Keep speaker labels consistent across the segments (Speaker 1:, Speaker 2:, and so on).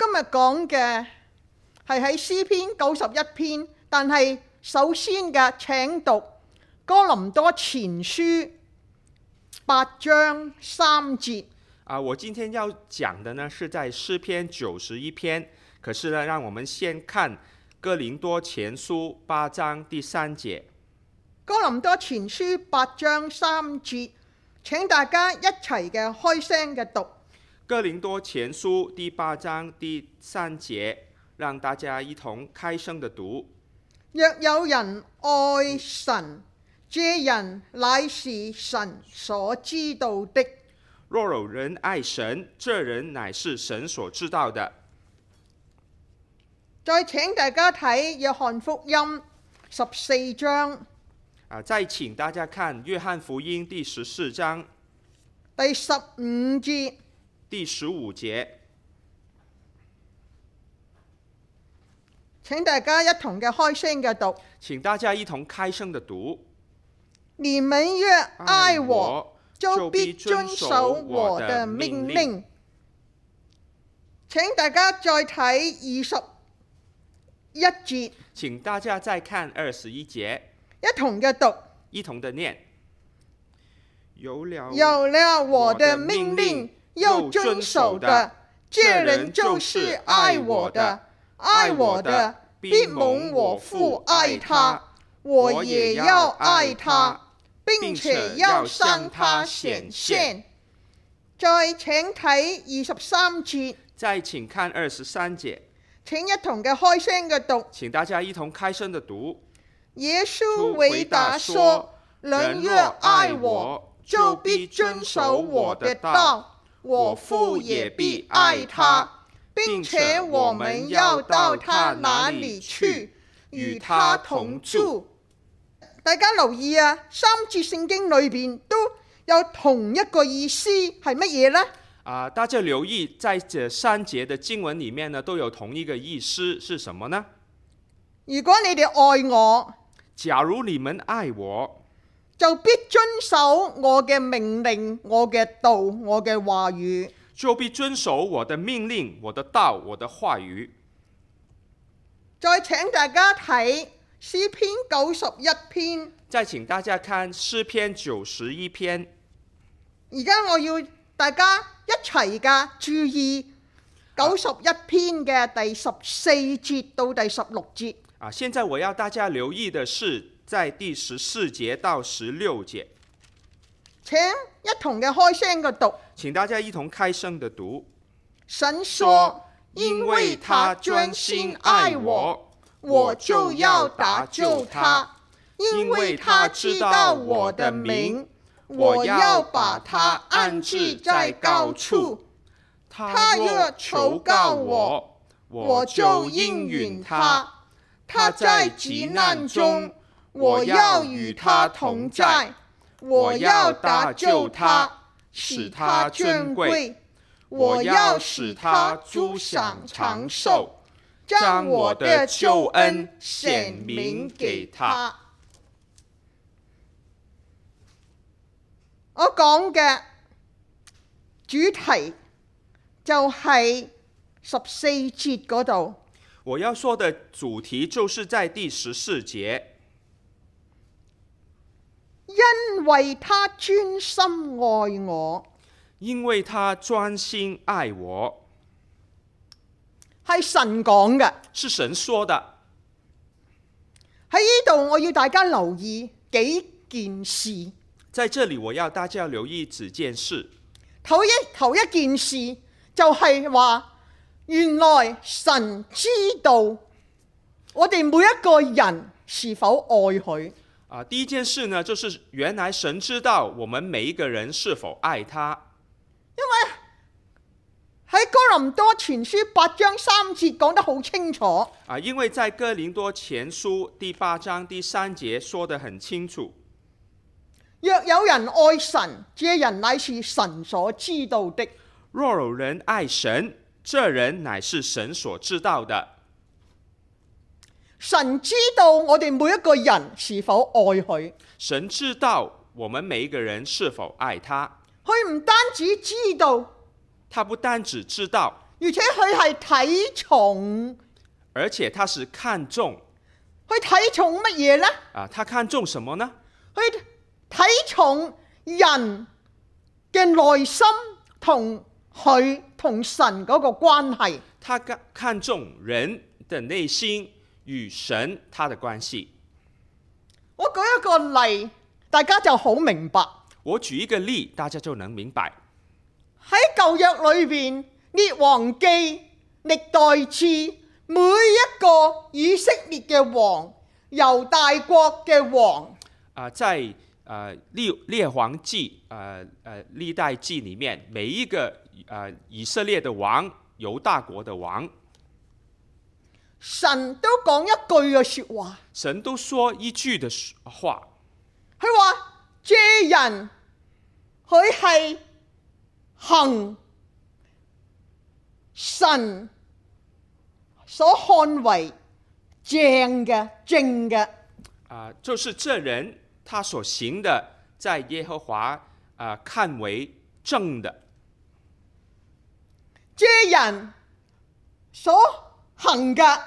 Speaker 1: 嘅，係喺詩篇九十一篇。但係首先嘅請讀哥林多前書八章三節。
Speaker 2: 啊，我今天要讲的呢是在诗篇九十一篇，可是呢，让我们先看哥林多前书八章第三节。
Speaker 1: 哥林多前書八章三節，請大家一齊嘅開聲嘅讀。
Speaker 2: 哥林多前书第八章第三节，让大家一同开声的读。
Speaker 1: 若有人愛神，這人乃是神所知道的。
Speaker 2: 若有人爱神，这人乃是神所知道的。
Speaker 1: 再請大家睇約翰福音十四章
Speaker 2: 啊，再请大家看《约翰福音》第十四章
Speaker 1: 第十五節。
Speaker 2: 第十五节。
Speaker 1: 請大家一同嘅開聲嘅讀。
Speaker 2: 请大家一同开声的读。
Speaker 1: 你们若愛我，
Speaker 2: 我
Speaker 1: 就必遵守我的命令。請大家再睇二十一節，
Speaker 2: 请大家再看二十一节，
Speaker 1: 一同嘅讀。
Speaker 2: 一同的念。有了
Speaker 1: 有了我的命令又遵守的，这人就是愛我的，愛我的必蒙我父愛他，我也要愛他，並且要向他顯現。再請睇二十三節，
Speaker 2: 再请看二十三节，
Speaker 1: 請一同嘅開聲嘅讀。
Speaker 2: 请大家一同开声的读。
Speaker 1: 耶穌回答說：人若愛我，就必遵守我的道，我父也必愛他，並且我們要到他那裡去，與他同住。大家留意啊，三節聖經裏邊都有同一個意思，係乜嘢呢？
Speaker 2: 啊、大家留意，在这三节的经文里面呢，都有同一个意思，是什么呢？
Speaker 1: 如果你哋愛我，
Speaker 2: 假如你们爱我，
Speaker 1: 就必遵守我嘅命令、我嘅道、我嘅話語。
Speaker 2: 就必遵守我的命令、我的道、我的话语。
Speaker 1: 再請大家睇詩篇九十一篇。
Speaker 2: 再请大家看诗篇九十一篇。
Speaker 1: 而家我要大家一齊㗎注意九十一篇嘅第十四節到第十六節。
Speaker 2: 啊，现在我要大家留意的是，在第十四节到十六节，
Speaker 1: 請一同嘅開聲嘅讀。
Speaker 2: 请大家一同开声的读。
Speaker 1: 神說：因為他專心愛我，，我就要搭救他，因為他知道我的名，我要把他安置在高處。
Speaker 2: 他
Speaker 1: 若求告我，
Speaker 2: 我
Speaker 1: 我就應允他。。他在急難中，我要與他同在，我要搭救他，使他尊貴。我要使他诸享长寿，将我的救恩显明给他。我講嘅主題就係十四節嗰度，
Speaker 2: 我要说的主题就是在第十四节，
Speaker 1: 因為他專心愛我，
Speaker 2: 因为他专心爱我，
Speaker 1: 係神講嘅。
Speaker 2: 是神说的。
Speaker 1: 喺呢度我要大家留意幾件事。
Speaker 2: 在这里，我要大家留意几件事。
Speaker 1: 頭一頭一件事就係話，原來神知道我哋每一個人是否愛佢。
Speaker 2: 啊，第一件事呢，就是原来神知道我们每一个人是否爱他。
Speaker 1: 喺哥林多前書八章三節講得好清楚，
Speaker 2: 啊，因为在哥林多前书第八章第三节说得很清楚，
Speaker 1: 若有人愛神，這人乃是神所知道的。
Speaker 2: 若有人爱神，这人乃是神所知道的。
Speaker 1: 神知道我哋每一個人是否愛佢，
Speaker 2: 神知道我们每一个人是否爱他，
Speaker 1: 佢唔單止知道，
Speaker 2: 他不单只知道，
Speaker 1: 而且佢係睇重，
Speaker 2: 而且他是看重
Speaker 1: 佢睇重乜嘢呢？
Speaker 2: 啊，他看重什么呢？
Speaker 1: 佢睇重人嘅內心同佢同神嗰個關係。
Speaker 2: 他看看重人的内心与神他的关系。
Speaker 1: 我舉一個例，大家就好明白。
Speaker 2: 我举一个例，大家就能明白。
Speaker 1: 喺舊約裏邊，列王記、歷代志，每一個以色列嘅王、猶大國嘅王，
Speaker 2: 啊、在呃列列王记呃呃历代记里面，每一个呃以色列的王、犹大国的王，
Speaker 1: 神都講一句嘅説話，
Speaker 2: 神都说一句的话，
Speaker 1: 佢話：這人佢係行神所看為正嘅、正嘅。
Speaker 2: 啊、就是这人他所行的，在耶和华啊、看为正的，
Speaker 1: 这人所行嘅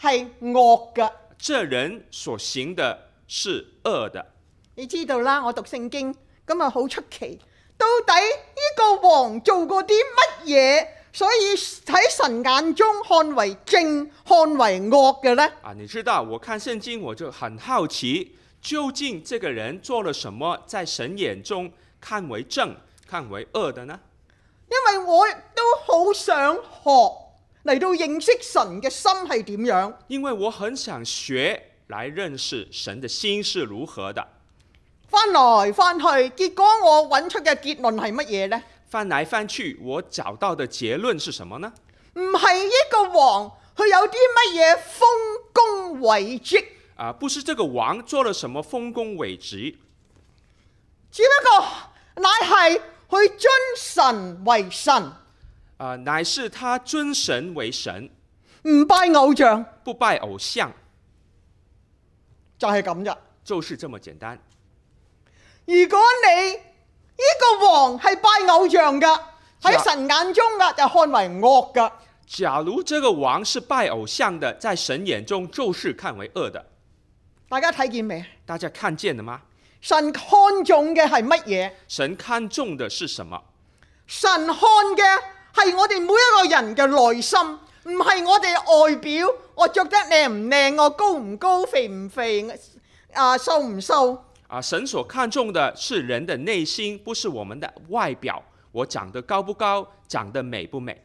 Speaker 1: 係惡嘅。
Speaker 2: 这人所行的是恶的。
Speaker 1: 你知道啦，我讀聖經咁啊，好出奇。到底呢個王做過啲乜嘢，所以喺神眼中看為正、看為惡嘅呢？
Speaker 2: 啊，你知道，我看圣经我就很好奇，究竟这个人做了什么，在神眼中看为正、看为恶的呢？
Speaker 1: 因為我都好想學嚟到認識神嘅心係點樣。
Speaker 2: 因为我很想学来认识神的心是如何的。
Speaker 1: 翻來翻去，結果我揾出嘅結論係乜嘢呢？
Speaker 2: 翻来翻去，我找到的结论是什么呢？
Speaker 1: 唔係呢個王佢有啲乜嘢豐功偉績，
Speaker 2: 啊，不是这个王做了什么丰功伟绩，
Speaker 1: 只不過乃係佢尊神為神，
Speaker 2: 啊，乃是他尊神为神，
Speaker 1: 唔拜偶像，
Speaker 2: 不拜偶像，
Speaker 1: 就係咁咋。
Speaker 2: 就是这么简单。
Speaker 1: 如果你呢個王係拜偶像㗎，喺
Speaker 2: 呀
Speaker 1: 神眼中㗎就看為惡㗎。
Speaker 2: 假如这个王是拜偶像的，在神眼中就是看为恶的。
Speaker 1: 大家睇見未？
Speaker 2: 大家看见了吗？
Speaker 1: 神看重嘅係乜嘢？
Speaker 2: 神看重的是什么？
Speaker 1: 神看嘅係我哋每一個人嘅內心，唔係我哋外表。我着得靚唔靚，我高唔高，肥唔肥，啊瘦唔瘦？
Speaker 2: 啊，神所看重的是人的内心，不是我们的外表。我长得高不高，长得美不美？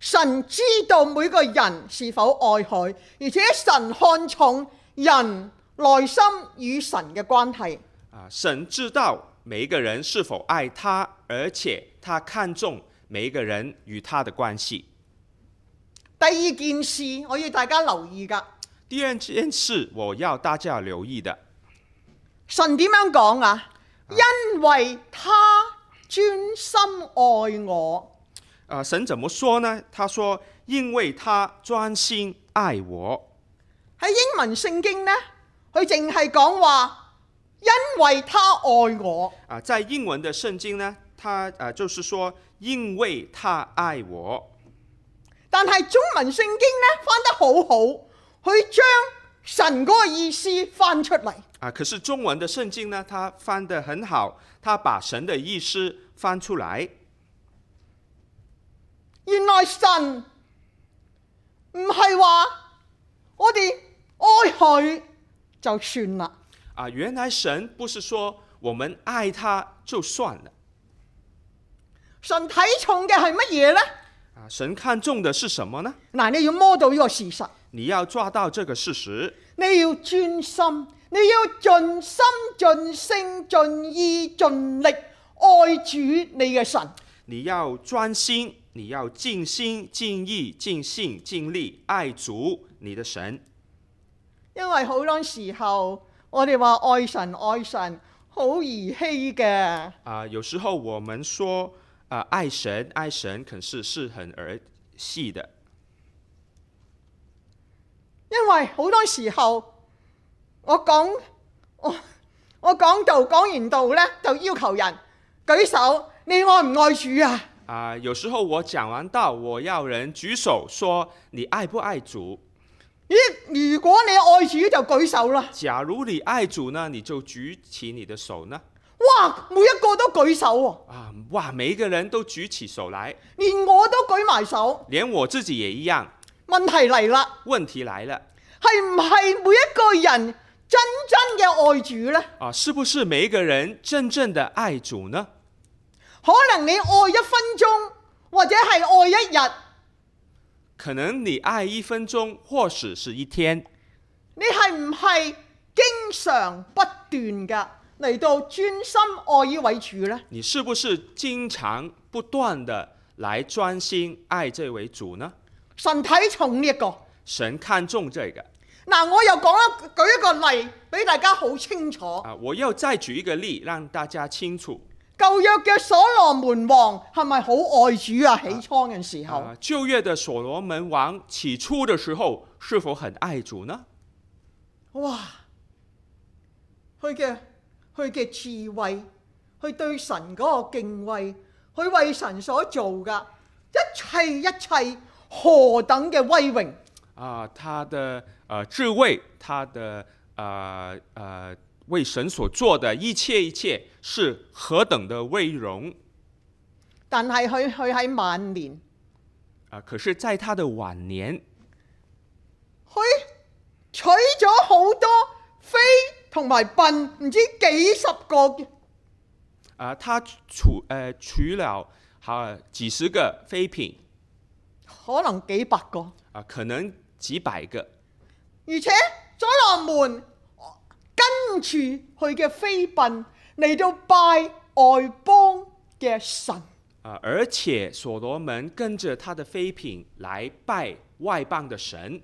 Speaker 1: 神知道每個人是否愛佢，而且神看重人內心與神嘅關係。
Speaker 2: 啊，神知道每一个人是否爱他，而且他看重每一个人与他的关系。
Speaker 1: 第二件事，我要大家留意噶，
Speaker 2: 第二件事，我要大家留意的，
Speaker 1: 神點樣講啊？因為他專心愛我。
Speaker 2: 啊，神怎么说呢？他说：“因为他专心爱我。
Speaker 1: 喺英文聖經呢，佢淨係講話，因為他愛我。”
Speaker 2: 啊，在英文的圣经呢，他啊就是说，因为他爱我。
Speaker 1: 但係中文聖經呢，翻得好好，佢將神嗰個意思翻出嚟。
Speaker 2: 啊，可是中文的圣经呢，它翻得很好，它把神的意思翻出来。
Speaker 1: 原來神唔係話我哋愛佢就算啦，
Speaker 2: 啊，原来神不是说我们爱他就算了
Speaker 1: 神睇重嘅係乜嘢呢？
Speaker 2: 啊，神看重的是什么呢？
Speaker 1: 嗱，你要摸到呢個事實，
Speaker 2: 你要抓到这个事实
Speaker 1: 你要專心，你要盡心、盡性、盡意、盡力愛主你嘅神。
Speaker 2: 你要专心，你要尽心、尽意、尽性、尽力爱足你的神。
Speaker 1: 因為好多時候我哋話愛神愛神，好兒戲嘅。
Speaker 2: 啊，有时候我们说啊，爱神爱神，可是是很儿戏的
Speaker 1: 因為好多時候我講我我講道講完道呢，就要求人舉手，你愛唔愛主啊？
Speaker 2: 啊、有时候我讲完道，我要人举手说你爱不爱主。
Speaker 1: 咦，如果你愛主就舉手啦！
Speaker 2: 假如你爱主呢，你就举起你的手呢。
Speaker 1: 哇，每一個都舉手喎，
Speaker 2: 啊，哇，每一个人都举起手来，
Speaker 1: 連我都舉埋手。
Speaker 2: 连我自己也一樣。
Speaker 1: 問題嚟啦，
Speaker 2: 問題來了
Speaker 1: 係唔係每一個人真真嘅愛主呢？
Speaker 2: 啊，是不是每一个人真正的爱主呢？
Speaker 1: 可能你愛一分鐘，或者係愛一日，
Speaker 2: 可能你爱一分鐘，或许是一天，
Speaker 1: 你係唔係經常不斷㗎嚟到專心愛呢位主呢？
Speaker 2: 你是不是经常不断的来专心爱这位主呢？
Speaker 1: 神睇重呢、一個。
Speaker 2: 神看重这个
Speaker 1: 嗱，我又講一舉一個例俾大家好清楚。
Speaker 2: 啊！我要再举一个例，让大家清楚。
Speaker 1: 舊約嘅所羅門王係咪好愛主啊？起初嘅時候，
Speaker 2: 啊，旧约的所罗门王起初的时候是否很爱主呢？
Speaker 1: 哇！佢嘅佢嘅智慧，佢對神嗰個敬畏，佢為神所做噶一切一切何等嘅威榮！
Speaker 2: 啊，他的呃智慧，他的呃呃为神所做的一切一切是何等的威荣
Speaker 1: 但係佢佢喺晚年，
Speaker 2: 啊！可是，在他的晚年，
Speaker 1: 佢娶咗好多妃同埋笨，唔知幾十個嘅
Speaker 2: 啊，他除呃除了啊几十个妃嫔
Speaker 1: 可能幾百個。
Speaker 2: 啊，可能几百个，
Speaker 1: 而且所羅門跟住佢嘅妃嫔嚟到拜外邦嘅神，
Speaker 2: 啊，而且所罗门跟着他的妃嫔来拜外邦的神，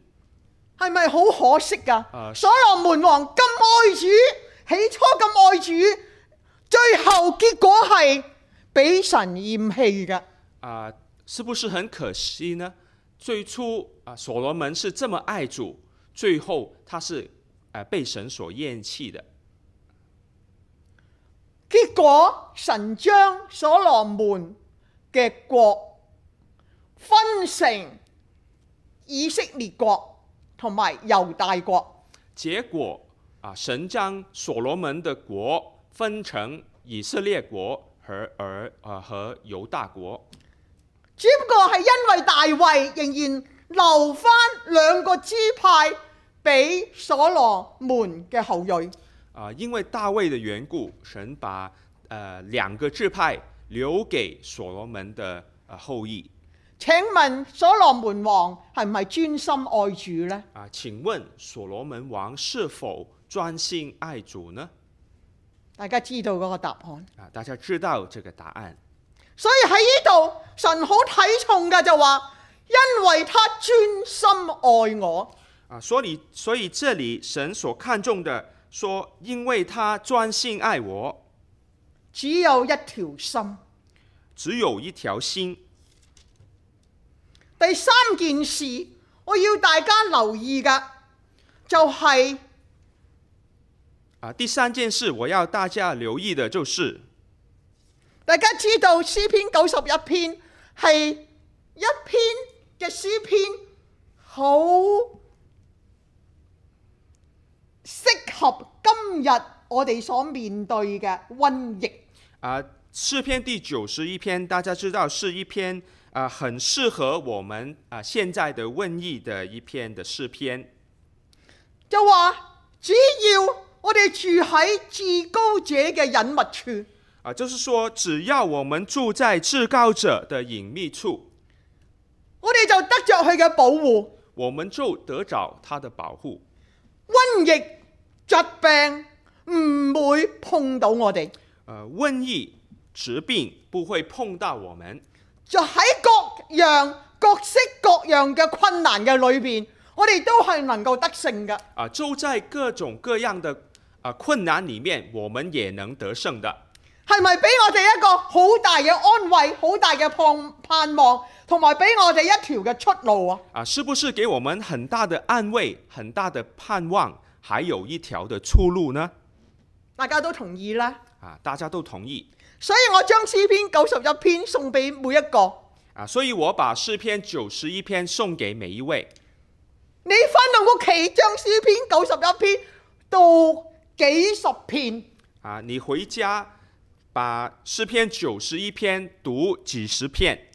Speaker 1: 係咪好可惜㗎？
Speaker 2: 啊
Speaker 1: 所羅門王咁愛主，起初咁愛主，最後結果係俾神厭棄㗎。
Speaker 2: 啊、是不是很可惜呢？最初啊、所罗门是这么爱主，最后他是呃被神所厌弃的。
Speaker 1: 結果神將所羅門嘅國分成以色列國同埋猶大國，
Speaker 2: 结果啊，神将所罗门的国分成以色列国和而呃和犹大国。
Speaker 1: 只不過係因為大衛仍然留翻兩個支派俾所羅門嘅後裔。
Speaker 2: 啊、因为大卫的缘故，神把呃两个支派留给所罗门的呃后裔
Speaker 1: 請問所羅門王係唔係專心愛主呢？
Speaker 2: 啊、请问所罗门王是否专心爱主呢？
Speaker 1: 大家知道嗰個答案。
Speaker 2: 啊、大家知道这个答案
Speaker 1: 所以喺呢度，神好睇重嘅就話，因為他專心愛我。
Speaker 2: 啊、所以所以这里神所看重的说，因为他专心爱我，
Speaker 1: 只有一條心。
Speaker 2: 只有一条心。
Speaker 1: 第三件事，我要大家留意嘅就係、
Speaker 2: 啊，第三件事我要大家留意的就是
Speaker 1: 大家知道詩篇九十一篇係一篇嘅詩篇，好適合今日我哋所面對嘅瘟疫。
Speaker 2: 啊，诗篇第九十一篇，大家知道是一篇啊很适合我们啊现在的瘟疫的一篇的诗篇
Speaker 1: 就話只要我哋住喺至高者嘅隱密處，
Speaker 2: 啊，就是说只要我们住在至高者的隐秘处，
Speaker 1: 我哋就得着佢嘅保護。
Speaker 2: 我们就得着他的保护
Speaker 1: 瘟疫、疾病唔會碰到我哋，
Speaker 2: 呃，瘟疫疾病不会碰到我们
Speaker 1: 就喺各樣各式各樣嘅困難嘅裏邊，我哋都係能夠得勝嘅。
Speaker 2: 啊，就在各種各样的啊困难里面，我们也能得胜的。
Speaker 1: 係咪俾我哋一個好大嘅安慰、好大嘅盼盼望，同埋俾我哋一條嘅出路啊？
Speaker 2: 啊，是不是给我们很大的安慰、很大的盼望，还有一条的出路呢？
Speaker 1: 大家都同意啦。
Speaker 2: 啊，大家都同意。
Speaker 1: 所以我將詩篇九十一篇送俾每一個。
Speaker 2: 啊，所以我把诗篇九十一篇送给每一位。
Speaker 1: 你翻到屋企將詩篇九十一篇到幾十篇，
Speaker 2: 啊，你回家把诗篇九十一篇读几十遍，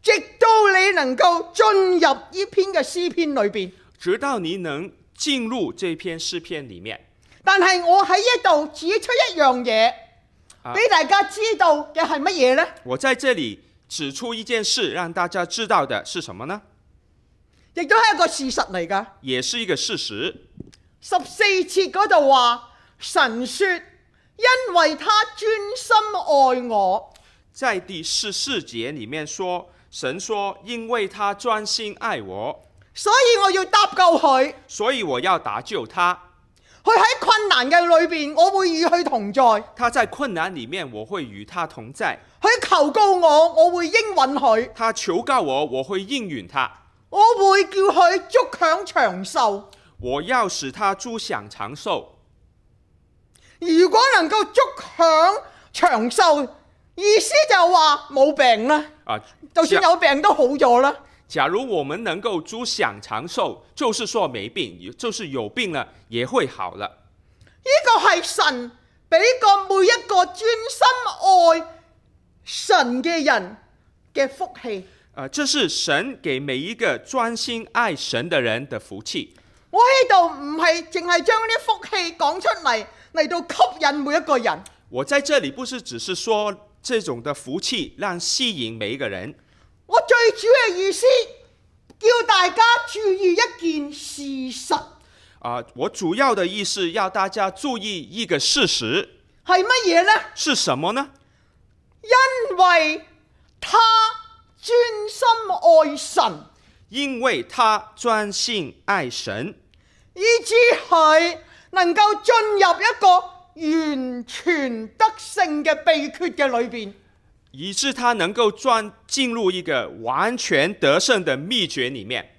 Speaker 1: 直到你能夠進入呢篇嘅詩篇裏邊。
Speaker 2: 直到你能进入这篇诗篇里面。
Speaker 1: 但係我喺呢度指出一樣嘢，
Speaker 2: 啊
Speaker 1: 俾大家知道嘅係乜嘢呢？
Speaker 2: 我在这里指出一件事，让大家知道的是什么呢？
Speaker 1: 亦都係一個事實嚟㗎。
Speaker 2: 也是一个事实。
Speaker 1: 十四節嗰度話：神說，因為他專心愛我，
Speaker 2: 在第十四节里面说，神说：“因为他专心爱我，
Speaker 1: 所以我要搭救佢。
Speaker 2: 所以我要搭救他。
Speaker 1: 佢喺困難嘅裏边，我會與佢同在。
Speaker 2: 他在困难里面，我会与他同在。
Speaker 1: 佢求告我，我會應允佢，
Speaker 2: 他求告我，我会应允他。
Speaker 1: 我會叫佢足享長壽。
Speaker 2: 我要使他诸享长寿。
Speaker 1: 如果能夠足享長壽，意思就話冇病啦，
Speaker 2: 啊，
Speaker 1: 就算
Speaker 2: 假
Speaker 1: 有病都好咗啦。
Speaker 2: 假如我们能够诸享长寿，就是说没病，就是有病了也会好了。
Speaker 1: 呢個係神俾個每一個專心愛神嘅人嘅福氣。
Speaker 2: 呃，这是神给每一个专心爱神的人的福气。
Speaker 1: 我喺度唔係淨係將啲福氣講出嚟，嚟到吸引每一個人。
Speaker 2: 我在这里不是只是说这种的福气让吸引每一个人，
Speaker 1: 我最主要嘅意思，叫大家注意一件事實
Speaker 2: 啊、我主要的意思要大家注意一个事实
Speaker 1: 係乜嘢呢？
Speaker 2: 是什么呢？
Speaker 1: 因為他專心愛神，
Speaker 2: 因为他专心爱神，
Speaker 1: 以至佢能夠進入一個完全得勝嘅秘訣嘅裏邊。
Speaker 2: 以致他能够专进入一个完全得胜的秘诀里面。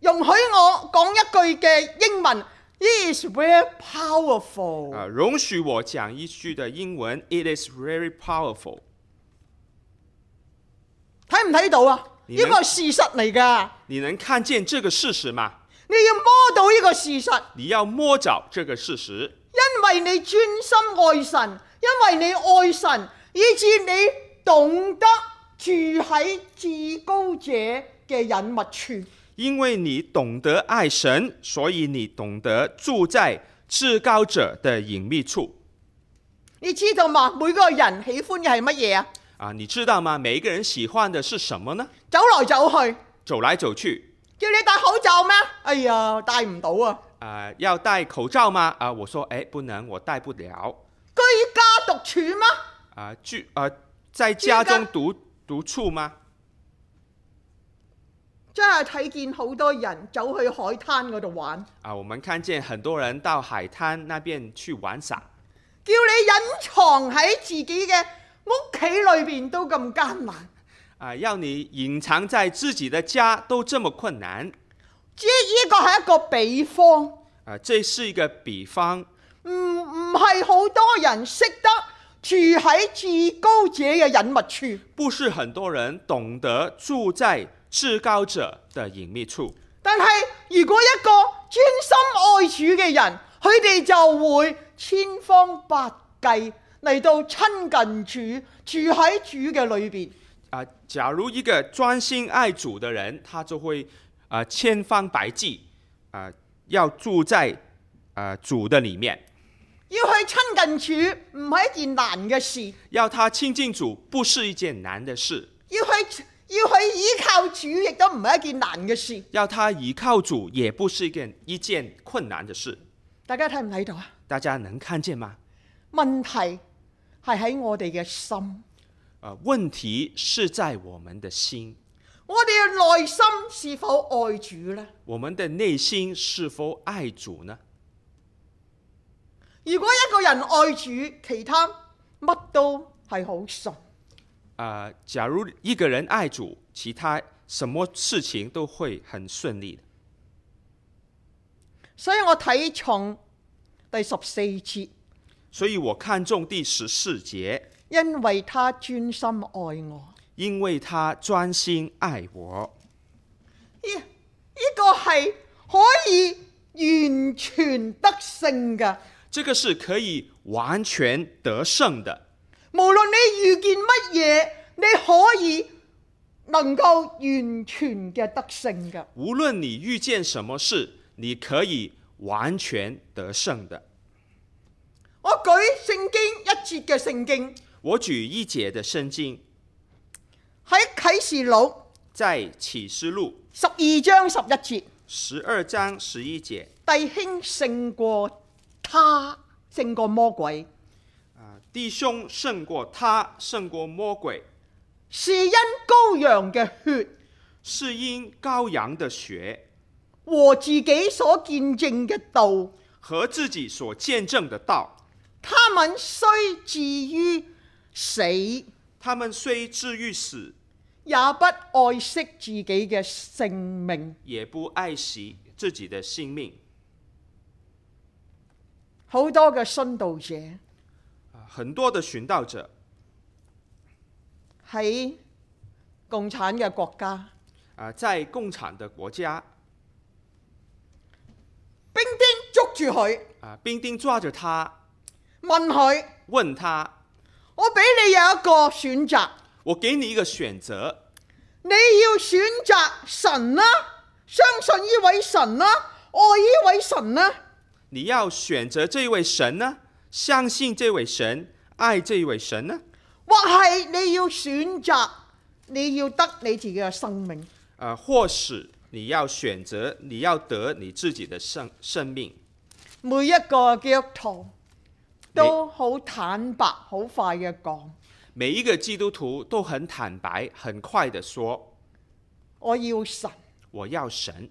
Speaker 1: 容許我講一句嘅英文，This is very powerful。
Speaker 2: 啊、容许我讲一句的英文：It is very powerful。
Speaker 1: 睇唔睇到啊？
Speaker 2: 你
Speaker 1: 呢
Speaker 2: 明
Speaker 1: 個係事實嚟㗎，
Speaker 2: 你能看见这个事实吗？
Speaker 1: 你要摸到呢個事實，
Speaker 2: 你要摸着这个事实，
Speaker 1: 因為你專心愛神，因為你愛神，以至你懂得住喺至高者嘅隱密處。
Speaker 2: 因为你懂得爱神，所以你懂得住在至高者的隐秘处。
Speaker 1: 你知道嘛？每個人喜歡嘅係乜嘢啊？
Speaker 2: 啊，你知道吗？每一个人喜欢的是什么呢？
Speaker 1: 走來走去，
Speaker 2: 走来走去，
Speaker 1: 叫你戴口罩咩？哎呀，戴唔到啊！
Speaker 2: 啊、要戴口罩吗？啊、我说，哎，不能，我戴不了。
Speaker 1: 居家獨處嗎？
Speaker 2: 啊、居啊、在家
Speaker 1: 居
Speaker 2: 中
Speaker 1: 家
Speaker 2: 独独处吗？
Speaker 1: 真係睇見好多人走去海灘嗰度玩，
Speaker 2: 啊、我们看见很多人到海滩那边去玩耍，
Speaker 1: 叫你隱藏喺自己嘅屋企裏邊都咁艱難。
Speaker 2: 啊、要你隐藏在自己的家都这么困难。
Speaker 1: 即係呢個係一個比方，唔
Speaker 2: 啊、这是一个比方，
Speaker 1: 唔係好多人識得住喺至高者嘅隱密處，
Speaker 2: 不是很多人懂得住在至高者的隐秘处。
Speaker 1: 但係如果一個專心愛主嘅人，佢哋就會千方百計嚟到親近主，住喺主嘅裏邊。
Speaker 2: 啊、假如一个专心爱主的人，他就会啊、千方百计啊、要住在啊、主的里面，
Speaker 1: 要去親近主唔係一件難嘅事。
Speaker 2: 要他亲近主不是一件难的事，
Speaker 1: 要去要去依靠主，亦都唔係一件難嘅事。
Speaker 2: 要他倚靠主也不是一件一件困难的事。
Speaker 1: 大家睇唔睇到啊？
Speaker 2: 大家能看见吗？
Speaker 1: 問題係喺我哋嘅心，
Speaker 2: 呃，问题是在我们的心，
Speaker 1: 我哋嘅內心是否愛主呢？
Speaker 2: 我们的内心是否爱主呢？
Speaker 1: 如果一個人愛主，其他乜都係好順。
Speaker 2: 啊、假如一个人爱主，其他什么事情都会很顺利的。
Speaker 1: 所以我睇重第十四節，
Speaker 2: 所以我看重第十四节，
Speaker 1: 因為他專心愛我。
Speaker 2: 因为他专心爱我。
Speaker 1: 呢呢個係可以完全得勝嘅。
Speaker 2: 这个是可以完全得胜的。
Speaker 1: 無論你遇見乜嘢，你可以能夠完全嘅得勝嘅。
Speaker 2: 无论你遇见什么事，你可以完全得胜的。
Speaker 1: 我舉聖經一節嘅聖經
Speaker 2: 我举一节的圣经，
Speaker 1: 喺啟示錄
Speaker 2: 在启示录
Speaker 1: 十二章十一節，
Speaker 2: 十二章十一节，
Speaker 1: 弟兄勝過他，勝過魔鬼，
Speaker 2: 啊，弟兄胜过他，胜过魔鬼，
Speaker 1: 是因羔羊嘅血
Speaker 2: 是因羔羊的血
Speaker 1: 和自己所見證嘅道。
Speaker 2: 和自己所见证的道。
Speaker 1: 他們雖至於死，也
Speaker 2: 他们虽至于死，
Speaker 1: 不愛惜自己嘅性命。
Speaker 2: 也不爱惜自己的性命。
Speaker 1: 好多嘅殉道者
Speaker 2: 啊很多的寻道者
Speaker 1: 喺共產嘅國家，
Speaker 2: 啊，在共产的国家
Speaker 1: 兵丁捉住佢，
Speaker 2: 啊，兵丁抓着他，
Speaker 1: 問佢：
Speaker 2: 问他
Speaker 1: 我俾你有一個選擇，：“
Speaker 2: 我给你一个选择，
Speaker 1: 你要選擇神啦、相信呢位神啊啦、愛呢位神啊啦、
Speaker 2: 你要选择这位神呢？相信这位神，爱这位神呢？
Speaker 1: 或係你要選擇，你要得你自己嘅生命。
Speaker 2: 呃，或许你要选择，你要得你自己的生生命。
Speaker 1: 每一個基督徒都好坦白、好快嘅講：
Speaker 2: 每一个基督徒都很坦白、很快的说
Speaker 1: 我要神。：“
Speaker 2: 我要神。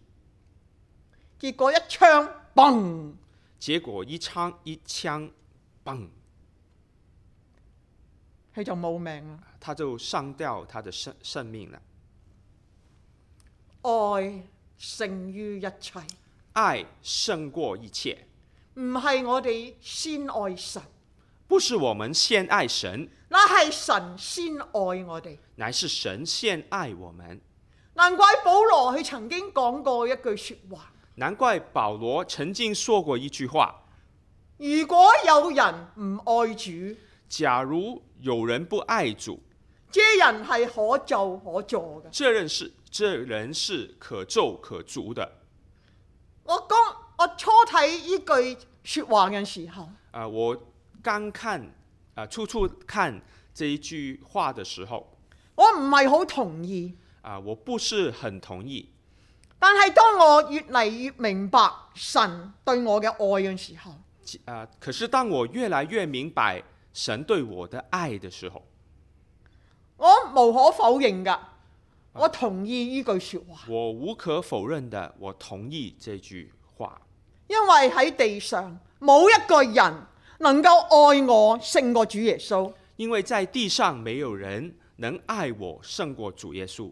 Speaker 1: 結果一槍嘣，”
Speaker 2: 结果一枪一枪，嘣，
Speaker 1: 佢就冇命啦。
Speaker 2: 他就上吊他的生生命了。
Speaker 1: 愛勝於一切，
Speaker 2: 爱胜过一切，
Speaker 1: 唔係我哋先愛神，
Speaker 2: 不是我们先爱神，
Speaker 1: 那係神先愛我哋。
Speaker 2: 乃是神先爱我们。
Speaker 1: 難怪保羅佢曾經講過一句说話：
Speaker 2: 难怪保罗曾经说过一句话：
Speaker 1: 如果有人唔愛主，
Speaker 2: 假如有人不爱主，
Speaker 1: 這人係可就可助嘅。
Speaker 2: 这人是这人是可咒可诛的。
Speaker 1: 我剛我初睇呢句说話嘅時候，
Speaker 2: 啊、我刚看啊、初初看这一句话的时候，
Speaker 1: 我唔係好同意。
Speaker 2: 啊、我不是很同意。
Speaker 1: 但係當我越嚟越明白神對我嘅愛嘅時候，
Speaker 2: 啊、可是当我越来越明白神对我的爱的时候，
Speaker 1: 我無可否認㗎，我同意呢句说話，
Speaker 2: 我无可否认的，我同意这句话，
Speaker 1: 因為喺地上冇一個人能夠愛我勝過主耶穌。
Speaker 2: 因为在地上没有人能爱我胜过主耶稣，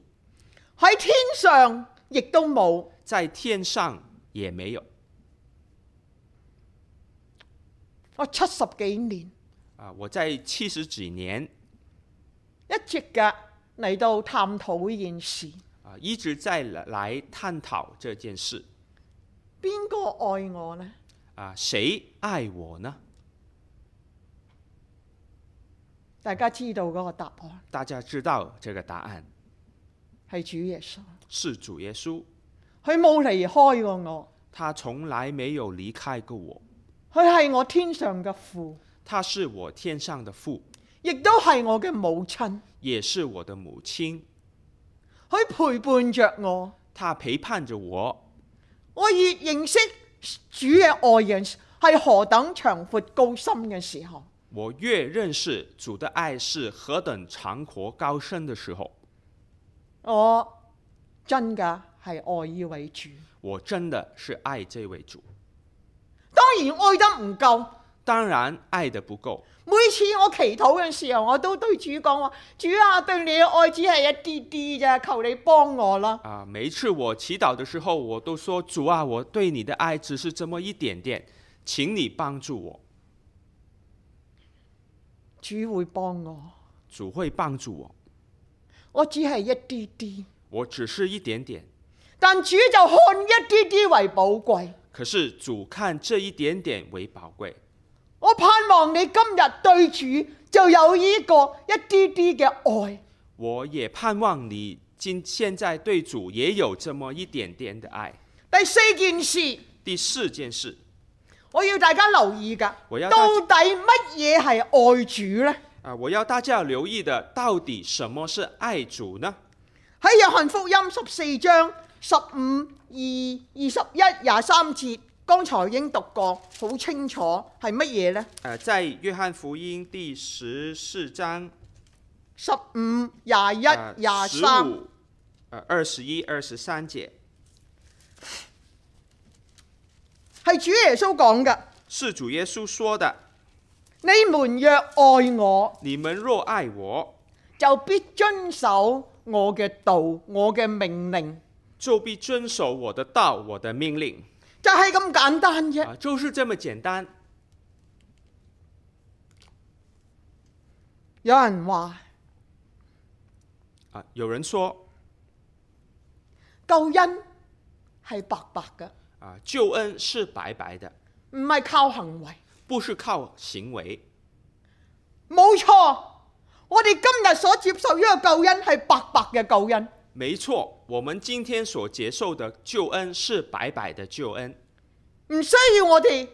Speaker 1: 喺天上亦都冇。
Speaker 2: 在天上也没有。
Speaker 1: 我七十幾年
Speaker 2: 啊、我在七十几年
Speaker 1: 一直嘅嚟到探討呢件事，
Speaker 2: 啊、一直在来来探討这件事
Speaker 1: 邊個愛我呢？
Speaker 2: 啊、谁爱我呢？
Speaker 1: 大家知道嗰個答案
Speaker 2: 大家知道这个答案
Speaker 1: 係主耶穌，
Speaker 2: 是主耶稣，
Speaker 1: 佢冇離開過我，
Speaker 2: 他从来没有离开过我，
Speaker 1: 佢係我天上嘅父，
Speaker 2: 他是我天上的父，
Speaker 1: 亦都係我嘅母親，
Speaker 2: 也是我的母亲，
Speaker 1: 佢陪伴着我。
Speaker 2: 他陪伴着我，
Speaker 1: 我越認識主嘅愛人係何等長闊高深嘅時候，
Speaker 2: 我越认识主的爱是何等长阔高深的时候，
Speaker 1: 我真嘅係愛呢位主。
Speaker 2: 我真的是爱这位主。
Speaker 1: 當然愛得唔夠。
Speaker 2: 当然，爱的不够。
Speaker 1: 每次我祈禱嘅時候，我都對主講話：主啊，對你嘅愛只係一啲啲咋，求你幫我啦。
Speaker 2: 啊，每一次我祈祷的时候，我都说主啊，我对你的爱只是这么一点点，请你帮助我。
Speaker 1: 主會幫我。
Speaker 2: 主会帮助我，
Speaker 1: 我只係一啲啲，
Speaker 2: 我只是一点点。
Speaker 1: 但主就看一啲啲為寶貴。
Speaker 2: 可是主看这一点点为宝贵。
Speaker 1: 我盼望你今日對主就有呢個一啲啲嘅愛。
Speaker 2: 我也盼望你今现在对主也有这么一点点的爱。
Speaker 1: 第四件事，
Speaker 2: 第四件事，
Speaker 1: 我要大家留意㗎，
Speaker 2: 我要大
Speaker 1: 到底乜嘢係愛主呢？
Speaker 2: 啊，我要大家留意的，到底什么是爱主呢？
Speaker 1: 喺約翰福音十四章十五二二十一廿三節，剛才已經讀過，好清楚係乜嘢呢？
Speaker 2: 呃，在约翰福音第十四章呃
Speaker 1: 十五廿一廿
Speaker 2: 啊十
Speaker 1: 三
Speaker 2: 五呃二十一二十三节，
Speaker 1: 係主耶穌講嘅：
Speaker 2: 是主耶穌说的：“
Speaker 1: 你們若愛我，
Speaker 2: 你们若爱我，
Speaker 1: 就必遵守我嘅道，我嘅命令。
Speaker 2: 就必遵守我的道，我的命令。”
Speaker 1: 就係咁簡單啫。
Speaker 2: 啊，就是这么简单。
Speaker 1: 有人話
Speaker 2: 啊，有人说
Speaker 1: 救恩係白白嘅，
Speaker 2: 啊，救恩是白白的，
Speaker 1: 唔係靠行為。
Speaker 2: 不是靠行为。
Speaker 1: 冇錯，我哋今日所接受呢個救恩係白白嘅救恩，
Speaker 2: 没错，我们今天所接受的救恩是白白的救恩
Speaker 1: 唔需要我哋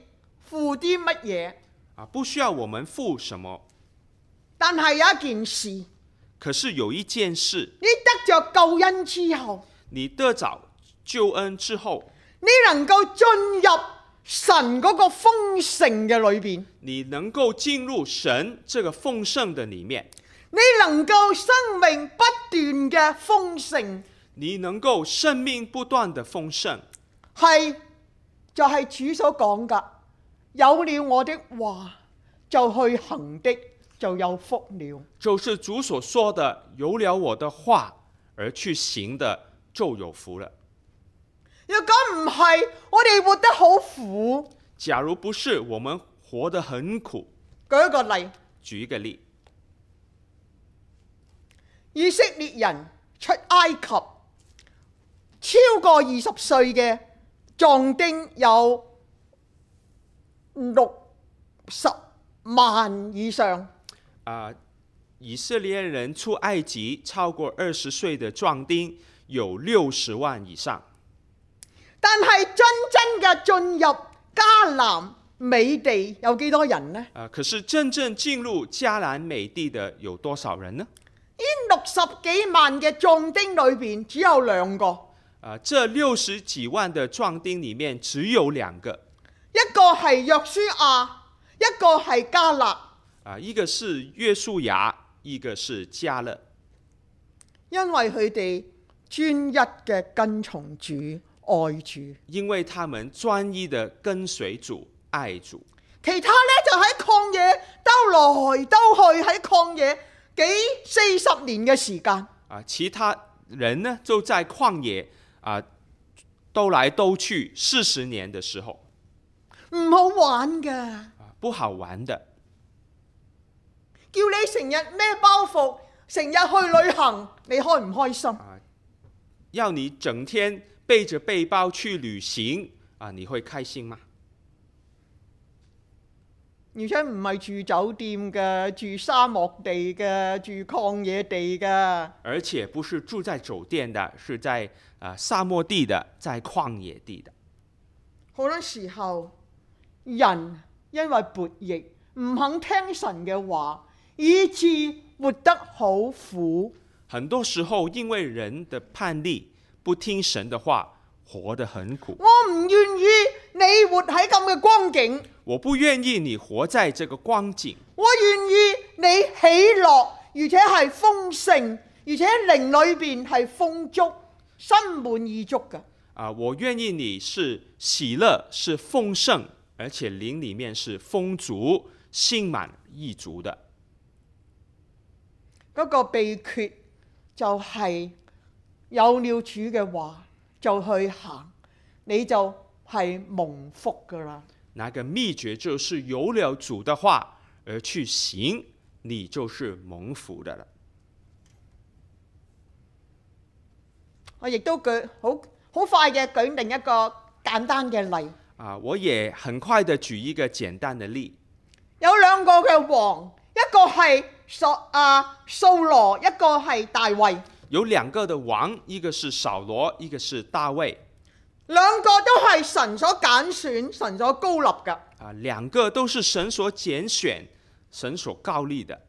Speaker 1: 付啲乜嘢。
Speaker 2: 啊，不需要我们付什么。
Speaker 1: 但係有一件事，你
Speaker 2: 可是有一件事，
Speaker 1: 得着救恩之後，
Speaker 2: 你得着救恩之后，
Speaker 1: 你能夠進入神嗰個豐盛嘅裏邊，
Speaker 2: 你能够进入神这个丰盛的里面，
Speaker 1: 你能夠生命不斷嘅豐盛，
Speaker 2: 你能够生命不断的丰盛。
Speaker 1: 係就係、主所講噶，有了我的話就去行的就有福了。
Speaker 2: 就是主所说的，有了我的话而去行的，就有福了。
Speaker 1: 若果唔係，我哋活得好苦。
Speaker 2: 假如不是，我们活得很苦。
Speaker 1: 舉一個例，
Speaker 2: 举一个例，
Speaker 1: 以色列人出埃及，超過二十歲嘅壯丁有六十萬以上，
Speaker 2: 啊、以色列人出埃及，超过二十岁的壮丁有六十万以上，
Speaker 1: 但係真真嘅進入迦南美地有幾多人呢？呢
Speaker 2: 啊、可是真正进入迦南美地的有多少人呢？
Speaker 1: 六十幾萬嘅壯丁裏邊，只有兩個，
Speaker 2: 啊、这六十几万的壮丁里面只有两个，
Speaker 1: 一個係約書亞，一個係迦勒。
Speaker 2: 啊、一个是约书亚，一个是加勒。
Speaker 1: 因為佢哋專一嘅跟從主、愛主，
Speaker 2: 因为他们专一的跟随主、爱主，
Speaker 1: 其他呢，就喺曠野兜來兜去，喺曠野幾四十年嘅時間，
Speaker 2: 啊，其他人呢就在旷野啊兜来兜去四十年的时候
Speaker 1: 唔好玩嘅，
Speaker 2: 啊，不好玩的
Speaker 1: 叫你成日孭包袱，成日去旅行，你開唔開心？
Speaker 2: 啊，要你整天背着背包去旅行啊，你会开心吗？
Speaker 1: 而且唔係住酒店嘅，住沙漠地嘅，住曠野地嘅，
Speaker 2: 而且不是住在酒店的，是在啊沙漠地的，在旷野地的。
Speaker 1: 好多時候，人因為悖逆，唔肯聽神嘅話，以致活得好苦。
Speaker 2: 很多时候，因为人的叛逆，不听神的话，活得很苦。
Speaker 1: 我唔願意你活喺咁嘅光景，
Speaker 2: 我不愿意你活在这个光景，
Speaker 1: 我願意你喜樂，而且係豐盛，而且靈裏邊係豐足、心滿意足嘅。
Speaker 2: 啊，我愿意你是喜乐，是丰盛，而且灵里面是丰足、心满意足的。
Speaker 1: 嗰、個秘訣就係有了主嘅話就去行，你就係蒙福噶啦。
Speaker 2: 那个秘诀就是有了主的话而去行，你就是蒙福的了。
Speaker 1: 我亦都舉好好快嘅舉另一個簡單嘅例，
Speaker 2: 啊，我也很快的举一个简单的例，
Speaker 1: 有兩個嘅王，一個係索啊掃羅，一個係大衛，
Speaker 2: 有两个的王，一个是扫罗，一个是大卫，
Speaker 1: 兩個都係神所揀選、神所高立嘅。
Speaker 2: 啊，两个都是神所拣选、神所告立的。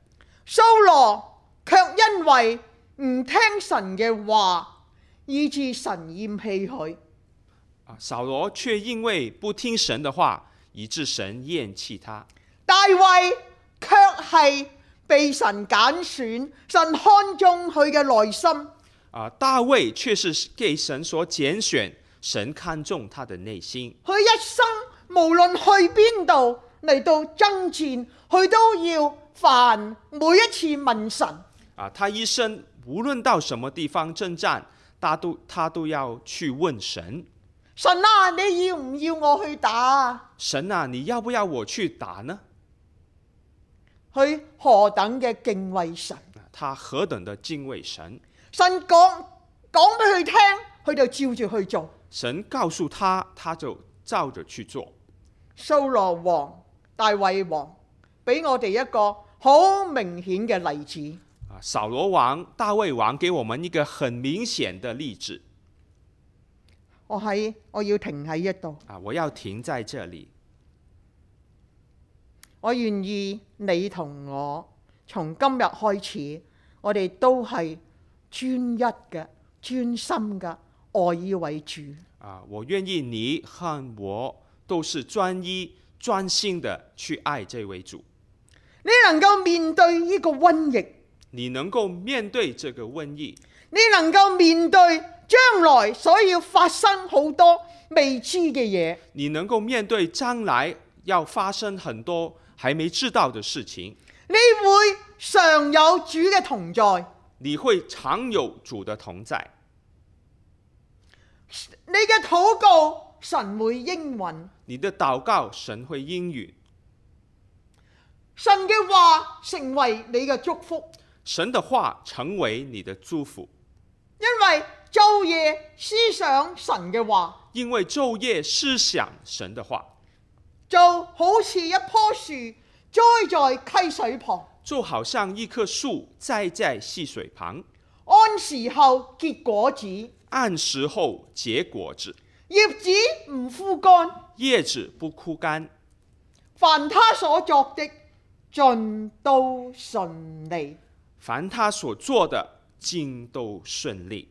Speaker 1: 掃羅卻因為唔聽神嘅話，以致神厭棄佢。
Speaker 2: 啊，扫罗却因为不听神的话，以致神厌弃他。
Speaker 1: 大衛卻係被神揀選，神看中佢嘅內心。
Speaker 2: 啊，大卫却是给神所拣选，神看重他的内心。
Speaker 1: 佢一生無論去邊度嚟到爭戰，佢都要凡每一次問神。
Speaker 2: 啊，他一生无论到什么地方征战，他都他都要去问神，
Speaker 1: 神啊，你要唔要我去打啊？
Speaker 2: 神啊，你要不要我去打呢？
Speaker 1: 佢何等嘅敬畏神，
Speaker 2: 啊他何等的敬畏神，
Speaker 1: 神講講俾佢聽，佢就照住去做。
Speaker 2: 神告诉他，他就照着去做。
Speaker 1: 掃羅王、大衛王俾我哋一個好明顯嘅例子。
Speaker 2: 啊，扫罗王、大卫王给我们一个很明显的例子
Speaker 1: 我喺我要停喺一度，
Speaker 2: 啊，我要停在这里。
Speaker 1: 我願意你同我從今日開始，我哋都係專一嘅、專心嘅愛以為主。
Speaker 2: 啊，我愿意你和我都是专一、专心的去爱这位主。
Speaker 1: 你能夠面對呢個瘟疫，
Speaker 2: 你能够面对这个瘟疫，
Speaker 1: 你能夠面對將來所要發生好多未知嘅嘢，
Speaker 2: 你能够面对将来要发生很多还没知道的事情，
Speaker 1: 你會常有主嘅同在。
Speaker 2: 你会常有主的同在。
Speaker 1: 你嘅禱告，神會應允。
Speaker 2: 你的祷告，神会应允。
Speaker 1: 神嘅話成為你嘅祝福，
Speaker 2: 神的话成為你的祝福，
Speaker 1: 因為晝夜思想神嘅話，
Speaker 2: 因为昼夜思想神的话，
Speaker 1: 就好似一棵樹栽在溪水旁，
Speaker 2: 就好像一棵树栽在溪水旁，
Speaker 1: 按時候結果子，葉
Speaker 2: 按时候结果子，
Speaker 1: 子唔枯乾。
Speaker 2: 叶子不枯干。
Speaker 1: 凡他所作的，盡都順利。
Speaker 2: 凡他所做的，尽都顺利。